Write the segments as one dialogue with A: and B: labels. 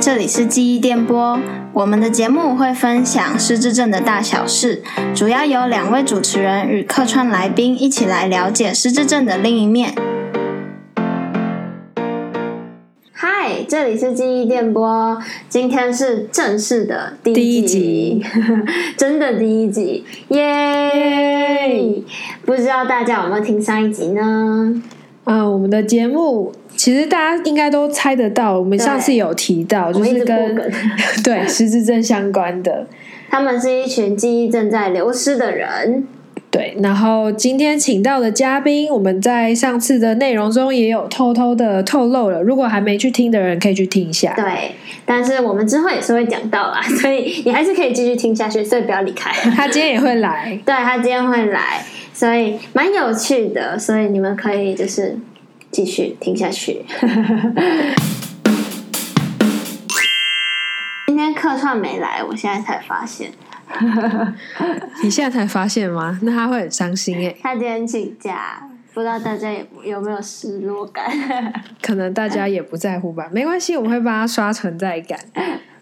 A: 这里是记忆电波。我们的节目会分享失智症的大小事，主要由两位主持人与客串来宾一起来了解失智症的另一面。嗨，这里是记忆电波，今天是正式的第一集， 真的第一集，耶、不知道大家有没有听上一集呢？
B: 嗯，我们的节目其实大家应该都猜得到，我们
A: 对
B: 上次有提到，
A: 我
B: 就
A: 们一
B: 是
A: 直破
B: 跟
A: 梗。
B: 对失智症相关的。
A: 他们是一群记忆正在流失的人。
B: 对，然后今天请到的嘉宾，我们在上次的内容中也有偷偷的透露了，如果还没去听的人可以去听一下。
A: 对，但是我们之后也是会讲到啦， 所以你还是可以继续听下去，所以不要离开。
B: 他今天也会来，
A: 对他今天会来，所以蛮有趣的，所以你们可以就是继续听下去。 今天客串没来，我现在才发现
B: 你现在才发现吗？那他会很伤心诶、
A: 他今天请假，不知道大家有有没有失落感？
B: 可能大家也不在乎吧，没关系，我们会帮他刷存在感。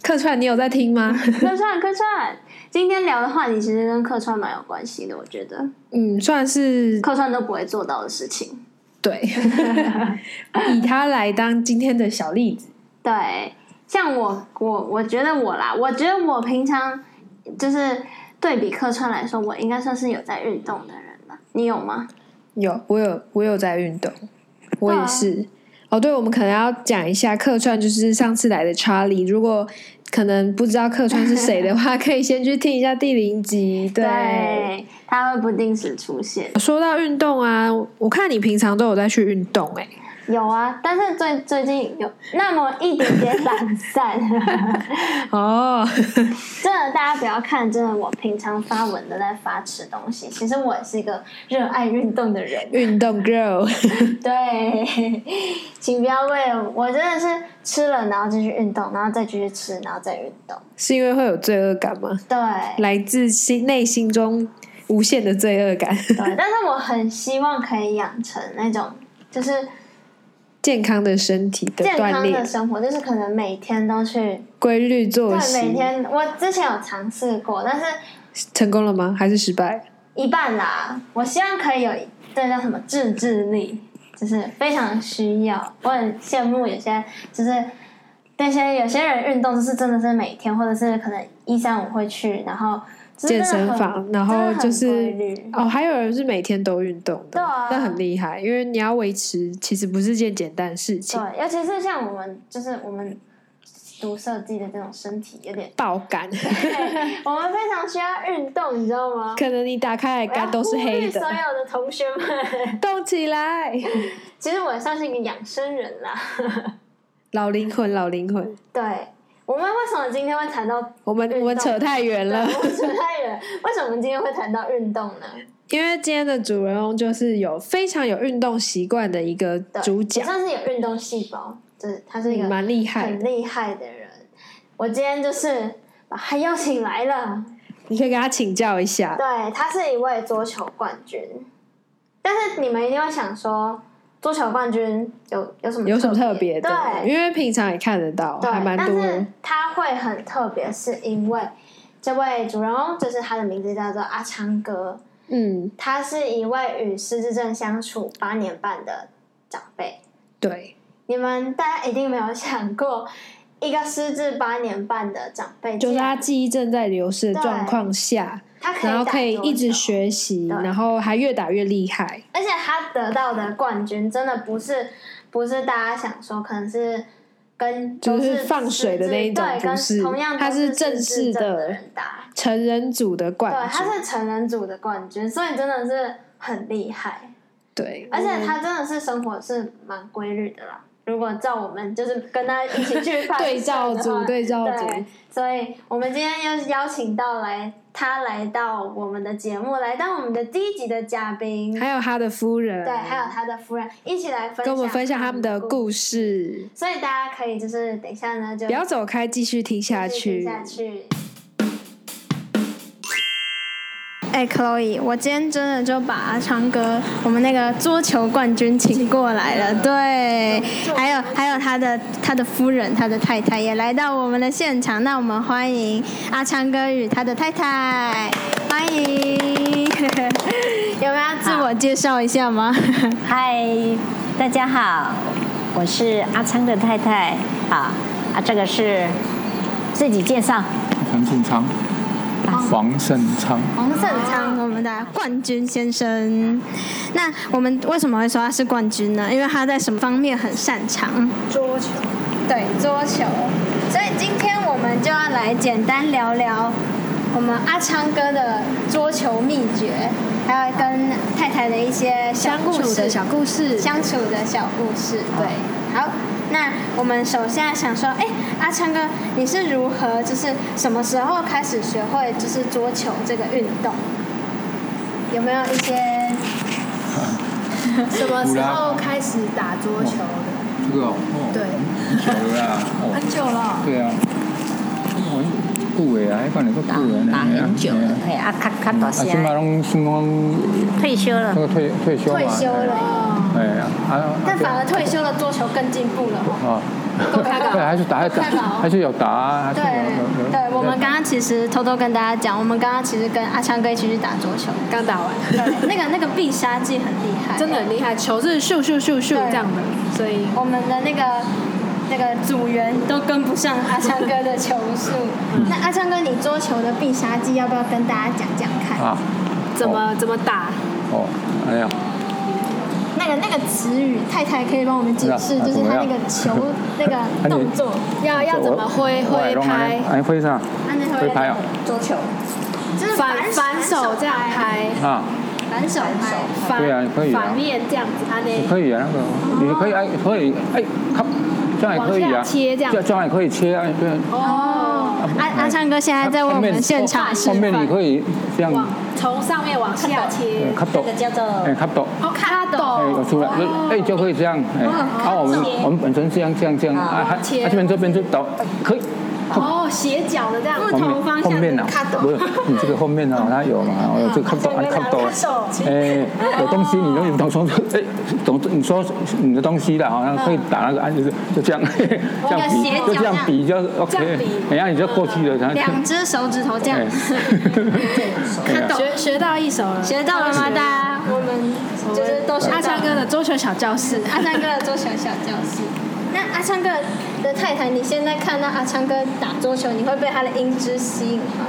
B: 客串，你有在听吗？
A: 客串客串，今天聊的话题其实跟客串蛮有关系的，我觉得。
B: 嗯，算是
A: 客串都不会做到的事情。
B: 对， 以他来当今天的小例子。
A: 对，像我，我我觉得我啦，我觉得我平常就是对比客串来说，我应该算是有在运动的人了。你有吗？
B: 有，我有，我有在运动，我
A: 对啊
B: 也是。哦，对，我们可能要讲一下客串，就是上次来的查理。如果可能不知道客串是谁的话， 可以先去听一下第零集。对，
A: 对，他会不定时出现。
B: 说到运动啊，我我看你平常都有在去运动、欸，
A: 有啊，但是最最近有那么一点点懒散。
B: 哦，
A: 真的，大家不要看，真的我平常发文都在发吃东西。其实我也是一个热爱运动的人。
B: 运动 girl，
A: 对，请不要为了我真的是吃了，然后继续运动，然后再继续吃，然后再运动。
B: 是因为会有罪恶感吗？
A: 对，
B: 来自心内心中无限的罪恶感，
A: 对，但是我很希望可以养成那种就是
B: 健康的身体的
A: 健
B: 锻
A: 康的
B: 炼，
A: 生活，就是可能每天都去，
B: 规律作
A: 对，每
B: 息，
A: 天我之前有尝试过，但是
B: 成功了吗？还是失败？
A: 一半啦，我希望可以有这叫什么自制力，就是非常需要。我很羡慕有些就是那些有些人运动就是真的是每天，或者是可能一三五会去，然后就是
B: 健
A: 真的
B: 身
A: 很
B: 房，然后
A: 真的很
B: 就是
A: 规律
B: 哦，还有人是每天都运动的，
A: 嗯对啊
B: 那很厉害，因为你要维持，其实不是件简单的事情。，
A: 对，尤其是像我们就是我们读设计的这种身体有点
B: 爆 肝，
A: 我们非常需要运动，你知道吗？
B: 可能你打开来
A: 我要
B: 肝都是
A: 呼吁
B: 黑的
A: 所，有的同学们，
B: 动起来，
A: 其实我算是一个养生人啦。
B: 老灵魂，老灵魂。
A: 对，我们为什么今天会谈到
B: 我们
A: 运动
B: 我们扯太远了，
A: 对我们扯太远，为什么今天会谈到运动呢？
B: 因为今天的主人翁就是有非常有运动习惯的一个
A: 对
B: 主角
A: 我，算是有运动细胞，就是他是一个
B: 蛮厉害
A: 很
B: 的。
A: 厉害的人。我今天就是把他邀请来了。
B: 你可以给他请教一下，
A: 对，他是一位桌球冠军。但是你们一定会想说，桌球冠军有有什么
B: 有什么特
A: 别
B: 别的？
A: 对，
B: 因为平常也看得到，还
A: 对，
B: 蛮
A: 但
B: 多
A: 是他会很特别，是因为这位主人翁就是他的名字叫做阿昌哥，
B: 嗯，
A: 他是一位与失智症相处八年半的长辈。
B: 对，
A: 你们大家一定没有想过，一个失智八年半的长辈，
B: 就是
A: 竟
B: 他
A: 然
B: 记忆正在流失的
A: 对
B: 状况下，
A: 他可以
B: 然后
A: 打
B: 可以
A: 桌
B: 一直
A: 球
B: 学习，
A: 对
B: 然后还越打越厉害。
A: 而且他得到的冠军真的不是不是大家想说，可能是跟
B: 就
A: 都
B: 是
A: 是
B: 放水的那一种
A: 对，
B: 不是
A: 跟同样都
B: 他是
A: 是
B: 正
A: 失
B: 式
A: 智症
B: 的
A: 人打，
B: 成人组的
A: 对，
B: 冠军
A: 他，是成人组的冠军，所以真的是很厉害，
B: 对，
A: 而且
B: 嗯
A: 他真的是生活是蛮规律的啦。如果照我们就是跟他一起 去拍
B: 对照
A: 摄的话
B: 组，对照组，
A: 对，所以我们今天又邀请到来他来到我们的节目，来当我们的第一集的嘉宾，
B: 还有他的夫人，
A: 对，还有他的夫人一起来分享
B: 跟我们分享他们的
A: 故
B: 故事。
A: 所以大家可以就是等一下呢就
B: 不要走开，继续听下
A: 继续
B: 去
A: 听。下去。
B: 哎、
A: 哎、c h l o e 我今天真的就把昌哥我们那个桌球冠军请过来了，对，还有还有他的他的夫人，他的太太也来到我们的现场，那我们欢迎阿昌哥与他的太太，欢迎， 有没有要自我介绍一下吗？
C: 嗨，大家好，我是阿昌的太太。好啊，这个是自己介绍。啊
D: 黄胜昌，黄胜昌，
A: 黄胜昌，我们的冠军先生。那我们为什么会说他是冠军呢？因为他在什么方面很擅长？
B: 桌球，
A: 对，桌球。所以今天我们就要来简单聊聊我们阿昌哥的桌球秘诀，还有跟太太的一些小
B: 相
A: 故
B: 处的
A: 事、
B: 小故事，
A: 相处的小故事。对，好。那我们首先想说，哎，阿昌哥，你是如何，就是什么时候开始学会就是桌球这个运动？有没有一些
B: 什么时候开始打桌球的？
D: 这个哦，
B: 对，
D: 很久了啦，哦，
B: 久了，
D: 对啊，哦，久的啊，迄款个
C: 打
D: 久的，
C: 打很久了，
D: 嘿
C: 哎啊，咔咔
D: 啊，
C: 大
D: 啊，哦
C: 声
D: 即，摆拢算讲
C: 退休了
D: 那。个退退休嘛，
A: 退休
B: 哦
A: 了？
D: 哎，哎啊啊，
A: 但反而退休了，桌球更进步了。哦
D: 啊，
A: 够开搞
D: 对，还是打，还是
A: 够
D: 打
A: 开搞哦，
D: 还是有打啊，
B: 嗯
D: 还是
A: 对
D: 有有有，
A: 对，我们刚刚其实偷偷跟大家讲，我们刚刚其实跟阿昌哥一起去打桌 球，
B: 刚打完，
A: 对，那个那个必杀技很厉害，
B: 真的。很厉害，球是咻咻咻咻
A: 对
B: 这样的，所以
A: 我们的那个那个组员都跟不上阿昌哥的球速。
B: 嗯
A: 那阿昌哥，你桌球的必杀技要不要跟大家讲讲看？
D: 啊，
B: 怎么怎么打？
D: 哦，哎呀，
A: 那个那个词语，太太可以帮我们解释，
D: 那
A: 就
D: 啊
A: 是
D: 怎么
A: 他那
D: 样啊
A: 个球 那个动作，
B: 要要怎么挥
D: 我
B: 挥？拍
D: 我？哎，挥啥？
A: 安那
D: 挥拍哦，
C: 桌球，
A: 就是
B: 反反手
A: 手
B: 这样
A: 拍，
B: 拍，
D: 啊，
A: 反手拍。
B: 反
D: 对啊可以啊
B: 反面这样子，他
D: 也
B: 那
D: 可以啊，那个你可以哎，可以哎，靠，这样也可以
B: 往
D: 啊，
B: 下切这样
D: 这样也可以切啊，对。
B: 哦，
A: 阿阿昌哥现在在为我们现场示
D: 后面你
A: 范。
D: 可以这样
B: 往从上面往下切，
D: 卡
C: 这
D: 抖
C: 个，叫做
D: 哎，卡抖，
B: 哦，看他
D: 哎，有
B: 抖，
D: 出来，哎，就可以这样，哎，啊，我们我们本身这样这样这样，啊，还这边这边就抖，可以。
B: 哦，斜角的这样，不
D: 后
B: 同
D: 面
B: 方
D: 后
B: 向
D: 面
B: 的
D: 啊
B: 卡，抖，
D: 不是你这个后面啊，它有嘛？我有这个卡抖，啊卡抖，哎，有东西你都懂说，哎，懂你说你的东西了，好像可以打那个，啊，就是就这样，这样比，就这样比就 OK，等下你就过去了，然后
A: 两只手指头这
D: 哎
A: 样，
D: 看
B: 啊学学到一手了，
A: 学到了吗？大家，我们就是都学
B: 阿
A: 到
B: 昌
A: 了。
B: 哥的桌球小教室，
A: 阿昌哥的桌球小教室。那阿昌哥的太太，你现在看到阿昌哥打桌球，你会被他的英姿吸引吗？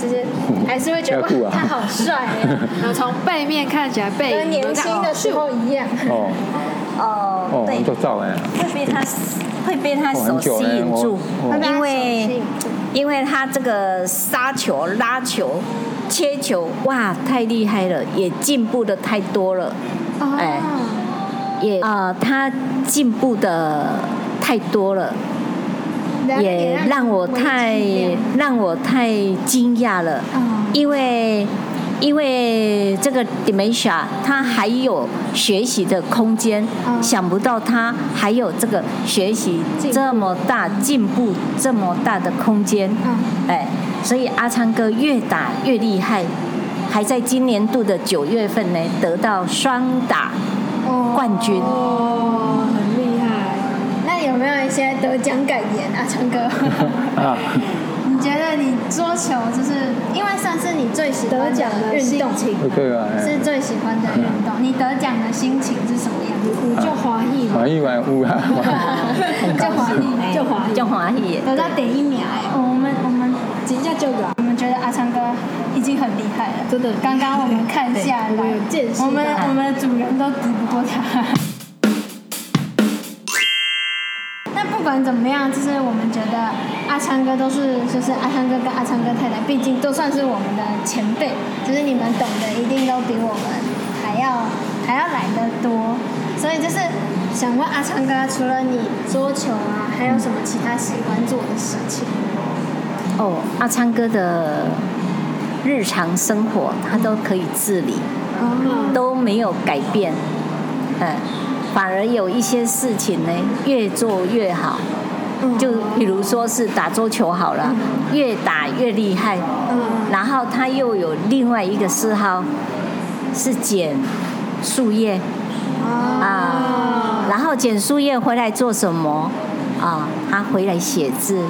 A: 就是还是会觉得
D: 要哭
A: 哇，
D: 啊
A: 他好帅 哎，
B: 然后从背面看起来背影
A: 跟年轻的时候一样。
D: 哦
C: 哦
D: 哦，，
C: 对
D: 你，就照哎。
C: 会被他会被他
D: 哦很
C: 手吸
D: 久嘞
C: 引
D: 我
C: 住因
D: 哦，
A: 会被他手吸
C: 为
A: 引住
C: 因为他这个杀球、拉球、切球，哇，太厉害了，也进步的太多了，哎
A: 哦，
C: 也呃，他进步的太多了。也让我太让我太惊讶了，
A: 嗯
C: 因为因为这个 dementia 它还有学习的空间，
A: 嗯
C: 想不到它还有这个学习这么大进步这么大的空间，哎，所以阿昌哥越打越厉害，还在今年度的九月份呢得到双打冠军。
B: 哦，很厉害。
A: 那有没有一些得奖感言啊，昌 哥？
D: 啊，
A: 你觉得你桌球就是因为算是你最喜欢的运动，
D: 对啊，哎
A: 是最喜欢的运动，你得奖的心情是什么样子？
B: 你就华裔，
D: 满意满屋啊，
A: 就华丽，
C: 哎
B: 就华裔
C: 就华裔耶，
A: 得到第一名嗯哎！我们我们
B: 真正就个
A: 我们觉得阿昌哥已经很厉害了，
B: 真的
A: 刚刚我们看下来，
B: 我有见识到
A: 我们我们的主人都敌不过他。那不管怎么样，就是我们觉得阿昌哥都是，就是阿昌哥跟阿昌哥太太，毕竟都算是我们的前辈，就是你们懂得一定都比我们还要还要来得多，所以就是想问阿昌哥，除了你桌球啊，还有什么其他喜欢做的事情？
C: 哦，阿昌哥的日常生活他都可以自理，都没有改变，嗯，反而有一些事情呢越做越好，就比如说是打桌球好了，越打越厉害，
A: 嗯。
C: 然后他又有另外一个嗜好是捡树叶啊，然后捡树叶回来做什么？啊，他回来写字。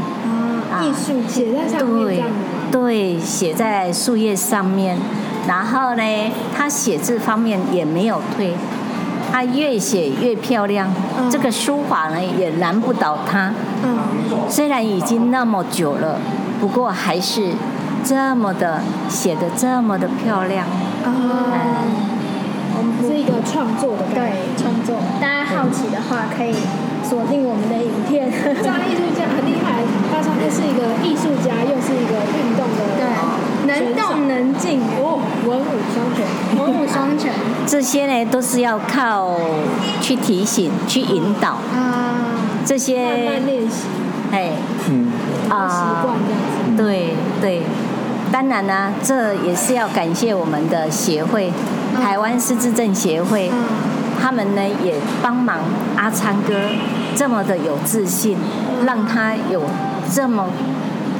A: 啊，艺术写在上面这
C: 对
A: 样子
C: 对，写在树叶上面。然后呢，他写字方面也没有退，他越写越漂亮。
A: 嗯
C: 这个书法呢也难不倒他。虽然已经那么久了，不过还是这么的写的这么的漂亮。
A: 啊，
B: 是一个创作的
A: 对，创作。大家好奇的话，可以锁定我们的影 片。
B: 这样艺术家很厉害，他上面是一个艺术家，又是一个运动的，
A: 对，能动能静，
B: 哦，文武双全。
A: 文武双全
C: 这些呢都是要靠去提醒、去引导
A: 啊，
C: 这些
B: 慢，练习，
C: 哎
D: 嗯，
C: 啊。
B: 这样子。
C: 对对，当然啦、啊这也是要感谢我们的协会，台湾失智症协
A: 嗯
C: 会，他们呢也帮忙阿昌哥这么的有自信，让他有这么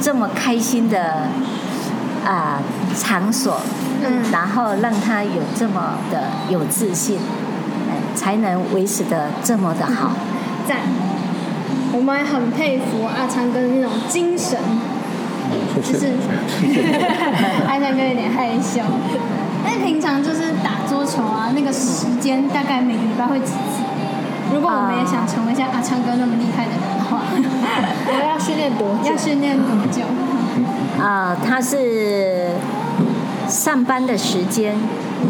C: 这么开心的啊、场所，然后让他有这么的有自信，哎才能维持的这么的好。
A: 赞。我们很佩服阿昌哥的那种精神，
D: 谢
A: 就
D: 谢
A: 是。 阿昌哥有点害羞。但平常就是打桌球啊，那个时间大概每个礼拜会几次。如果我们也想成为像阿昌哥那么厉害的人的 话，
B: 我们要训练多久
A: 要？训练多久？
C: 啊、他是上班的时间，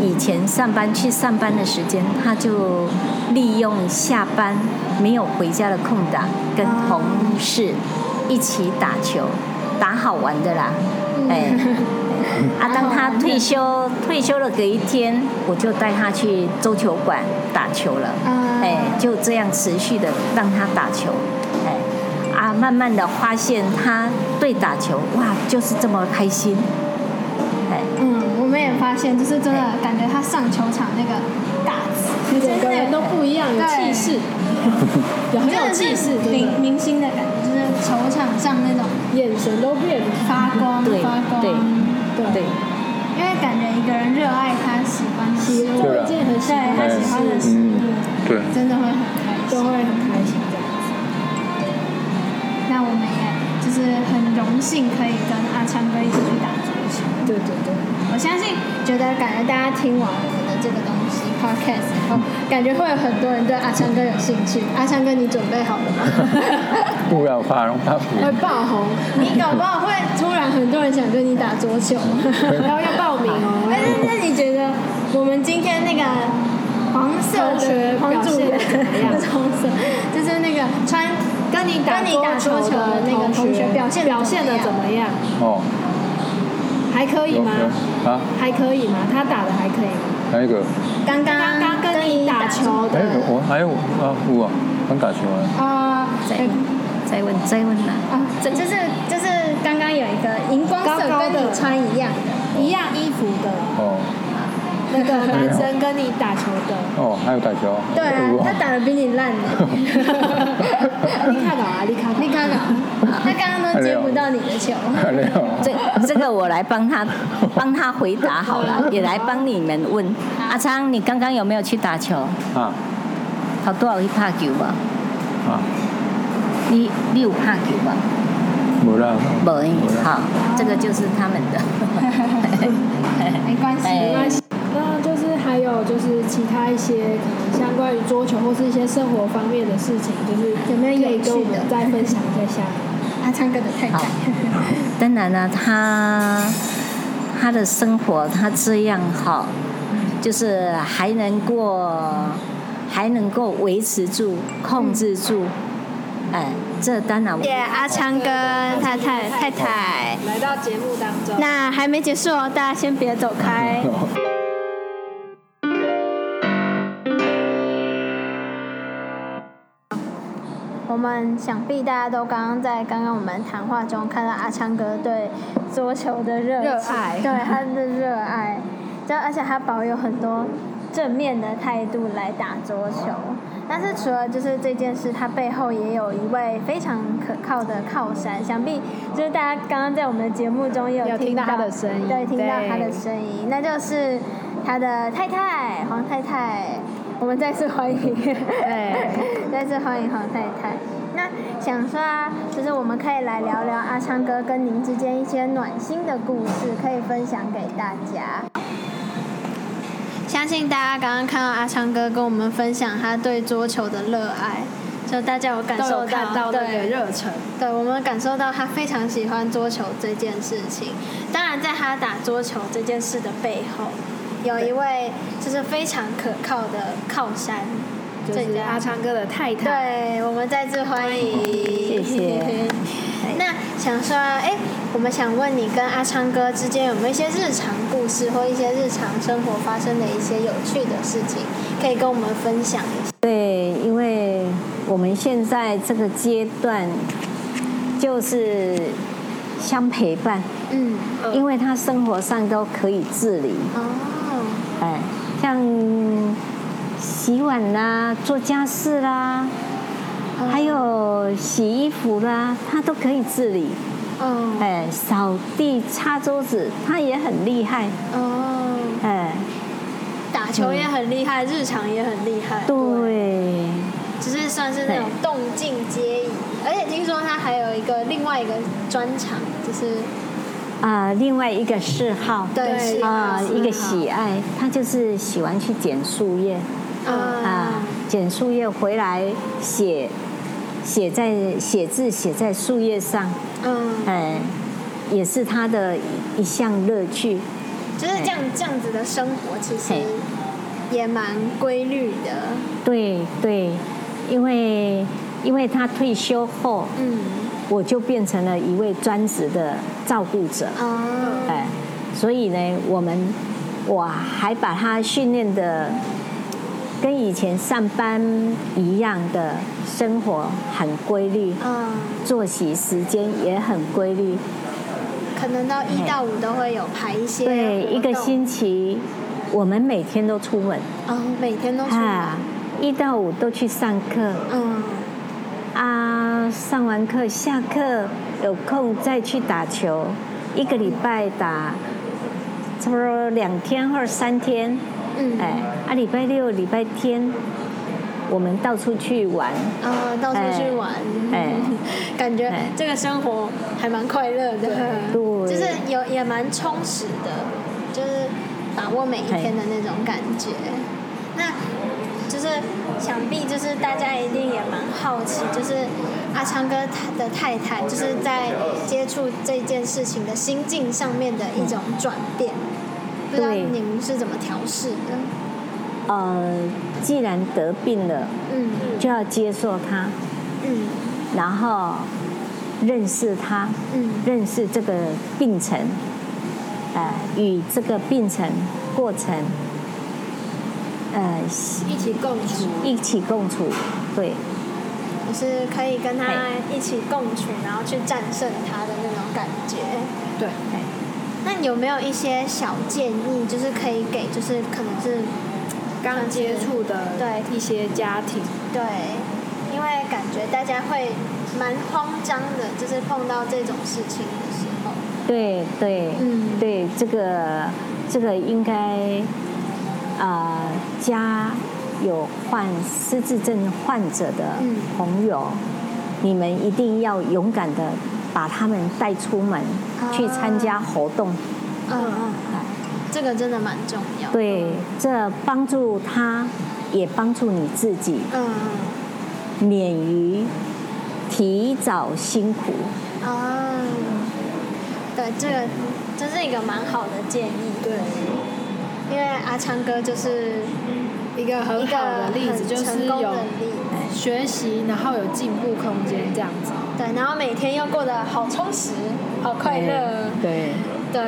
C: 以前上班去上班的时间，他就利用下班没有回家的空档，跟同事一起打球，打好玩的啦，哎。啊，当他退休退休了隔一天，我就带他去桌球馆打球了。
A: 啊
C: 哎，就这样持续的让他打球，哎，啊，慢慢的发现他对打球哇就是这么开心，哎，
A: 嗯，我们也发现，就是真的感觉他上球场那个大气，
B: 整个人都不一样，有
A: 对
B: 气势，有很
A: 真
B: 有
A: 的
B: 气势
A: 是，
B: 真的
A: 明明星的感觉，就是球场上那种
B: 眼神都变了。
A: 发光
C: 对
A: 发光，
C: 对对
B: 对，
A: 因为感觉一个人热爱他喜欢的事物，
D: 对
B: 做
D: 啊
B: 一件很喜
A: 对
B: 欢
A: 他
B: 的
A: 喜欢的
B: 事，
A: 事物，
D: 嗯对，
A: 真的会很开
B: 都
A: 心。
B: 会很开心这样。
A: 那我们也就是很荣幸可以跟阿昌哥一起去打足球。
B: 对对对，
A: 我相信，觉得感觉大家听完我们的这个东西 podcast 以后，感觉会有很多人对阿昌哥有兴趣。阿昌哥，你准备好了吗？
D: 不要啊怕，让他服。
B: 会爆红，
A: 你搞不好会突然很多人想跟你打桌 球。
B: 然后要报名
A: 那
B: 哦。
A: 哎那那你觉得我们今天那个黄色
B: 同学
A: 的黄
B: 表
A: 主
B: 现
A: 任
B: 得怎么样
A: 不是红色，就是那个穿
B: 跟你
A: 打
B: 桌
A: 桌球
B: 的
A: 的那个同学表现得
B: 表现
A: 怎么
B: 的
A: 样
B: 怎么样？
D: 哦，
B: 还可以
D: 有
B: 吗？
D: 有啊，
B: 还可以吗？他打的还可以吗？
D: 还有一个，
A: 刚刚
B: 刚刚跟你打球
D: 哎，
B: 的，
D: 我还有啊，我啊，刚打球啊，
A: 啊，
C: 再再问再问啦，
A: 啊，这就是就是刚刚有一个荧光色
B: 高高
A: 跟
B: 的
A: 你穿一样的，
B: 一样衣服的
D: 哦
B: 那个 男生跟你打球的，
D: 哦，还有打球啊，
A: 对 啊
D: 有，
A: 他打的比你烂呢。
B: 你看到 啊，你看到
A: 你看到，他刚刚都接不到你 的球。
D: 还有啊
C: 这这个我来帮 他帮他回答好了，也来帮你们问阿昌，你刚刚有没有去打球？
D: 啊
C: 好多少去拍球吧？
D: 啊，
C: 你你有拍球吧？
D: 没啦，
C: 没有，好，这个就是他们 的。
A: 没关系，没关系。
B: 那就是还有就是其他一些可能相关于桌球或是一些生活方面的事情，就是
A: 有没有
B: 可以
A: 有趣
B: 跟
A: 的
B: 我们再分享一下？
A: 他唱歌的太
C: 好
A: 太，
C: 当然了、他他的生活他这样好，就是还能过，还能够维持住、控制住，哎，这当然。
A: 谢谢阿昌哥太太太太。
B: 来到节目当中，
A: 那还没结束哦，大家先别走开。我们想必大家都刚刚在刚刚我们谈话中看到阿昌哥对桌球的热
B: 热
A: 情
B: 爱
A: 对他的热爱，就而且他保有很多正面的态度来打桌球，
E: 但是除了就是这件事，它背后也有一位非常可靠的靠山，想必就是大家刚刚在我们的节目中也
B: 有听到
E: 到
B: 他的声音
E: 对，听到
B: 对
E: 他的声音，那就是他的太太黄太太。我们再次欢迎，
B: 对，
E: 再次欢迎黄太太。那想说啊，就是我们可以来聊聊阿昌哥跟您之间一些暖心的故事，可以分享给大家。相信大家刚刚看到阿昌哥跟我们分享他对桌球的热爱，就大家有感
B: 都
E: 受
B: 有看到那个
E: 对
B: 热忱，
E: 对，我们感受到他非常喜欢桌球这件事情。当然，在他打桌球这件事的背后，有一位就是非常可靠的靠山，
B: 就是阿昌哥的太太。
E: 对，我们再次欢迎。
C: 谢谢。
E: 那想说，哎，我们想问你跟阿昌哥之间有没有一些日常故事或一些日常生活发生的一些有趣的事情，可以跟我们分享一下？
C: 对，因为我们现在这个阶段就是相陪伴，
E: 嗯，
C: 因为他生活上都可以自理，
B: 嗯
E: 哦，
C: 哎，像洗碗啦、做家事啦，还有洗衣服啦，他都可以自理。
E: 哦，
C: 哎，扫地、擦桌子，他也很厉害。
E: 哦，
C: 哎，
E: 打球也很厉害，日常也很厉害，，
C: 对，
E: 只是算是那种动静皆宜。而且听说他还有一个另外一个专长，就是
C: 啊，另外一个嗜好，
E: 对是
C: 啊，
E: 是
C: 一个
E: 好
C: 喜爱，他就是喜欢去捡树叶啊
E: 啊，，
C: 捡树叶回来写，写在写字写在树叶上，
E: 嗯，
C: 哎，也是他的一项乐趣。
E: 就是这样这样子的生活，其实
C: 嘿
E: 也蛮规律的。
C: 对对，因为因为他退休后，
E: 嗯，
C: 我就变成了一位专职的照顾者。
E: 哦，
C: 哎，所以呢，我们我还把他训练的跟以前上班一样的生活很规律，
E: 嗯，
C: 作息时间也很规律。
E: 可能到一到五都会有排一些
C: 对，啊
E: 活
C: 一个
E: 动
C: 星期我们每天都出门
E: 哦，每天都出
C: 啊
E: 门，，
C: 一到五都去上课
E: 嗯，
C: 啊，上完课下课有空再去打球，一个礼拜打差不多两天或者三天。
E: 嗯，
C: 哎，啊，礼拜六、礼拜天，我们到处去玩，
E: 啊，到处去玩，
C: 哎
E: 感觉
C: 哎
E: 这个生活还蛮快乐的，
C: 对
E: 就是有也蛮充实的，就是把握每一天的那种感觉。那就是想必就是大家一定也蛮好奇，就是阿昌哥他的太太，就是在接触这件事情的心境上面的一种转变，不知道
C: 对
E: 您是怎么调试的？
C: 呃，既然得病了，
E: 嗯
C: 就要接受它，
E: 嗯
C: 然后认识它，
E: 嗯
C: 认识这个病程，呃，与这个病程过程，呃，
B: 一起共处，
C: 一起共处，对，
E: 就是可以跟他
C: 哎
E: 一起共处，然后去战胜他的那种感觉。
B: 对，
E: 那你有没有一些小建议，就是可以给，就是可能是
B: 刚接触的
E: 对
B: 一些家庭，
E: 对，因为感觉大家会蛮慌张的，就是碰到这种事情的时候。
C: 对对，
E: 嗯
C: 对，这个这个应该，啊，家有患失智症患者的
E: 嗯
C: 朋友，你们一定要勇敢的把他们带出门、
B: 啊
C: 去参加活动，
E: 嗯嗯，这个真的蛮重要。
C: 对，这帮助他，也帮助你自己，
E: 嗯。
C: 免于提早辛苦。
E: 嗯啊，对，这个这是一个蛮好的建议。对，因为阿昌哥就是
B: 一个很
E: 一个
B: 好的
E: 很
B: 例子就是
E: 成功
B: 有
E: 的例子。
B: 学习，然后有进步空间这样子。
E: 对，然后每天又过得好充实，好快乐，
C: 对，
E: 对，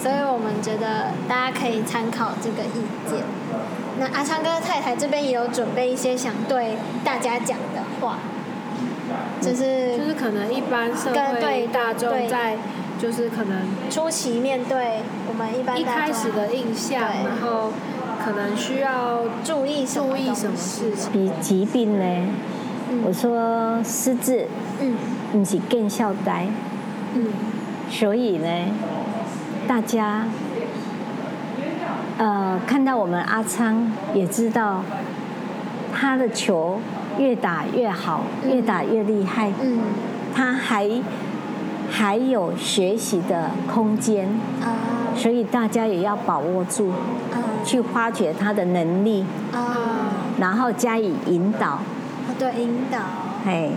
E: 所以我们觉得大家可以参考这个意见。那阿昌哥太太这边也有准备一些想对大家讲的话，就是
B: 就是可能一般社
E: 跟对
B: 会大众
E: 对
B: 在，就是可能
E: 初期面对我们一般
B: 一
E: 大
B: 开
E: 众啊
B: 始的印象，
E: 对
B: 然后可能需要注意注意什么事情？
C: 比疾病呢？我说失智，嗯，不是更孝呆，嗯，所以呢，大家，呃，看到我们阿昌也知道，他的球越打越好，越打越厉害，嗯，他还还有学习的空间，啊，所以大家也要把握住，
A: 嗯
C: 去发掘他的能力，
B: 嗯
C: 啊，然后加以引导。
E: 哦
A: 对，引导。
C: 哎，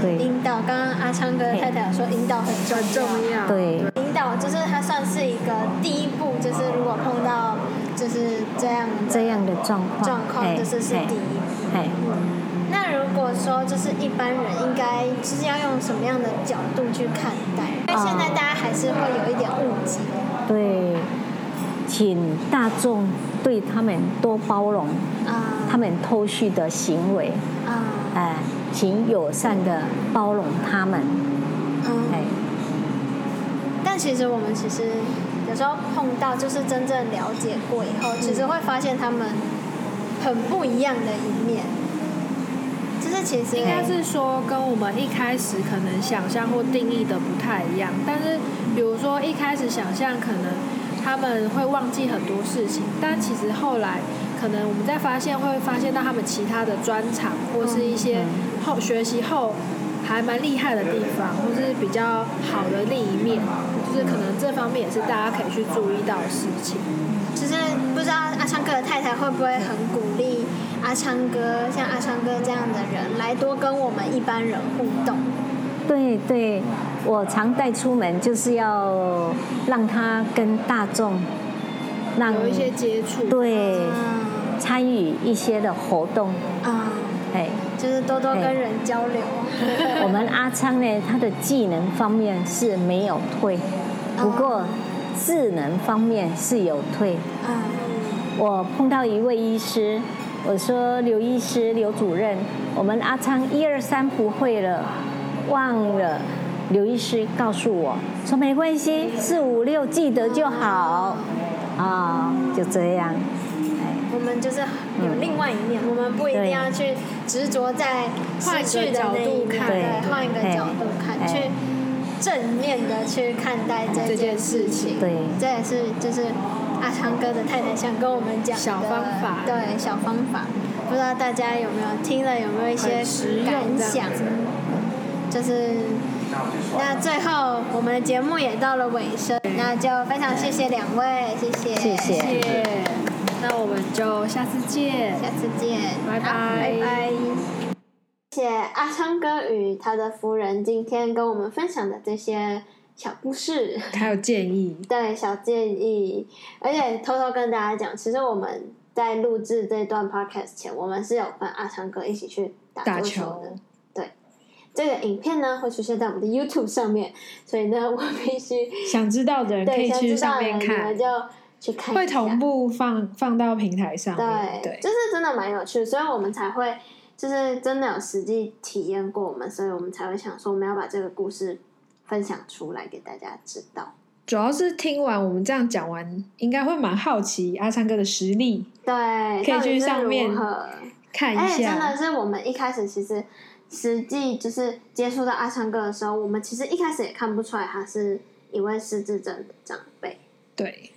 C: 对，
A: 引导。刚刚阿昌哥太太有说，引导很重
B: 要。
C: 对，
A: 引导就是它算是一个第一步，就是如果碰到就是这样
C: 这样的状况，
A: 状况就是是第一步。嗯、那如果说就是一般人应该就是要用什么样的角度去看待？因为现在大家还是会有一点误解。
C: 对，请大众对他们多包容。
A: 嗯
C: 啊。他们偷续的行为，啊，哎，请友善的包容他们，
A: 嗯，哎，但其实我们其实有时候碰到，就是真正了解过以
C: 嗯
A: 后，其实会发现他们很不一样的一面。就是其实
B: 应该是说跟我们一开始可能想象或定义的不太一样，但是比如说一开始想象可能他们会忘记很多事情，但其实后来。可能我们在发现会发现到他们其他的专长或是一些后学习后还蛮厉害的地方，或是比较好的另一面，就是可能这方面也是大家可以去注意到的事情。
A: 就是不知道阿昌哥的太太会不会很鼓励阿昌哥，像阿昌哥这样的人来多跟我们一般人互动。
C: 对对，我常带出门就是要让他跟大众
B: 让有一些接触。
C: 对。
A: 嗯
C: 啊参与一些的活动啊，
A: 哎，就是多多跟人交流。
C: 我们阿昌呢，他的技能方面是没有退，
A: 啊
C: 不过智能方面是有退。嗯，
A: 啊
C: 我碰到一位医师，我说刘医师、刘主任，我们阿昌一二三不会了，忘了。刘医师告诉我说没关系，四五六记得就好。啊，就这样。
A: 我们就是有另外一面，嗯、我们不一定要去执着在失去的那一面，对，换一个角度看，去正面的去看待这件事情。
C: 对，
A: 这也是就是阿昌哥的太太想跟我们讲的
B: 小方法，
A: 对，小方法。不知道大家有没有听了有没有一些感想？就是那最后我们的节目也到了尾声，那就非常谢谢两位，谢谢，
C: 谢谢。谢
B: 谢那我们就下次见，
A: 下次见，
B: 拜拜，
A: 拜拜。
E: 谢谢阿昌哥与他的夫人今天跟我们分享的这些小故事，
B: 还有建议，
E: 对小建议。而且偷偷跟大家讲，其实我们在录制这段 podcast 前，我们是有跟阿昌哥一起去打球的。球对，这个影片呢会出现在我们的 YouTube 上面，所以呢，我必须
B: 想知道的人可以去上面看，
E: 就。去看
B: 会同步放放到平台上
E: 面，对，
B: 对
E: 就是真的蛮有趣，所以我们才会就是真的有实际体验过我们，所以我们才会想说我们要把这个故事分享出来给大家知道。
B: 主要是听完我们这样讲完，应该会蛮好奇阿昌哥的实力，
E: 对，
B: 可以去上面看一下。
E: 哎真的是我们一开始其实实际就是接触到阿昌哥的时候，我们其实一开始也看不出来他是一位失智症的长辈，
B: 对。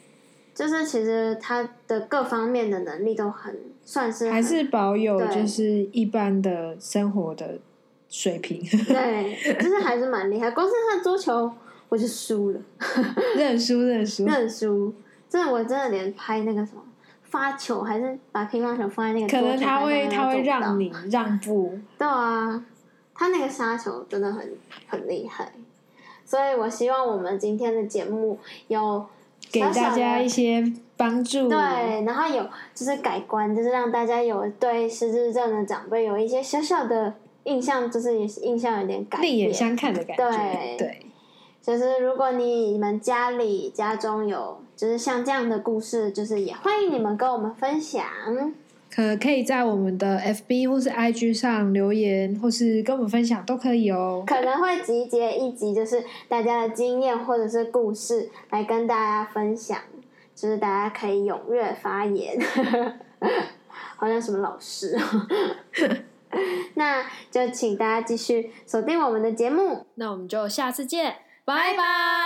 E: 就是其实他的各方面的能力都很算是
B: 还是保有就是一般的生活的水平，
E: 对，就是还是蛮厉害。光是他桌球我就输了，
B: 认输认输
E: 认输，真的我真的连拍那个什么发球还是把乒乓球放在那个
B: 可能他会他会让你让步，
E: 对啊，他那个杀球真的很很厉害，所以我希望我们今天的节目有。
B: 给大家一些帮助，
E: 对，然后有就是改观，就是让大家有对失智症的长辈有一些小小的印象，就是印象有点改
B: 另眼相看的感觉，对，
E: 对就是如果你们家里家中有就是像这样的故事，就是也欢迎你们跟我们分享。
B: 可可以在我们的 FB 或是 IG 上留言，或是跟我们分享都可以哦。
E: 可能会集结一集，就是大家的经验或者是故事来跟大家分享。
F: 就是大家可以踊跃发言，好像什么老师。那就请大家继续锁定我们的节目，
B: 那我们就下次见，拜拜。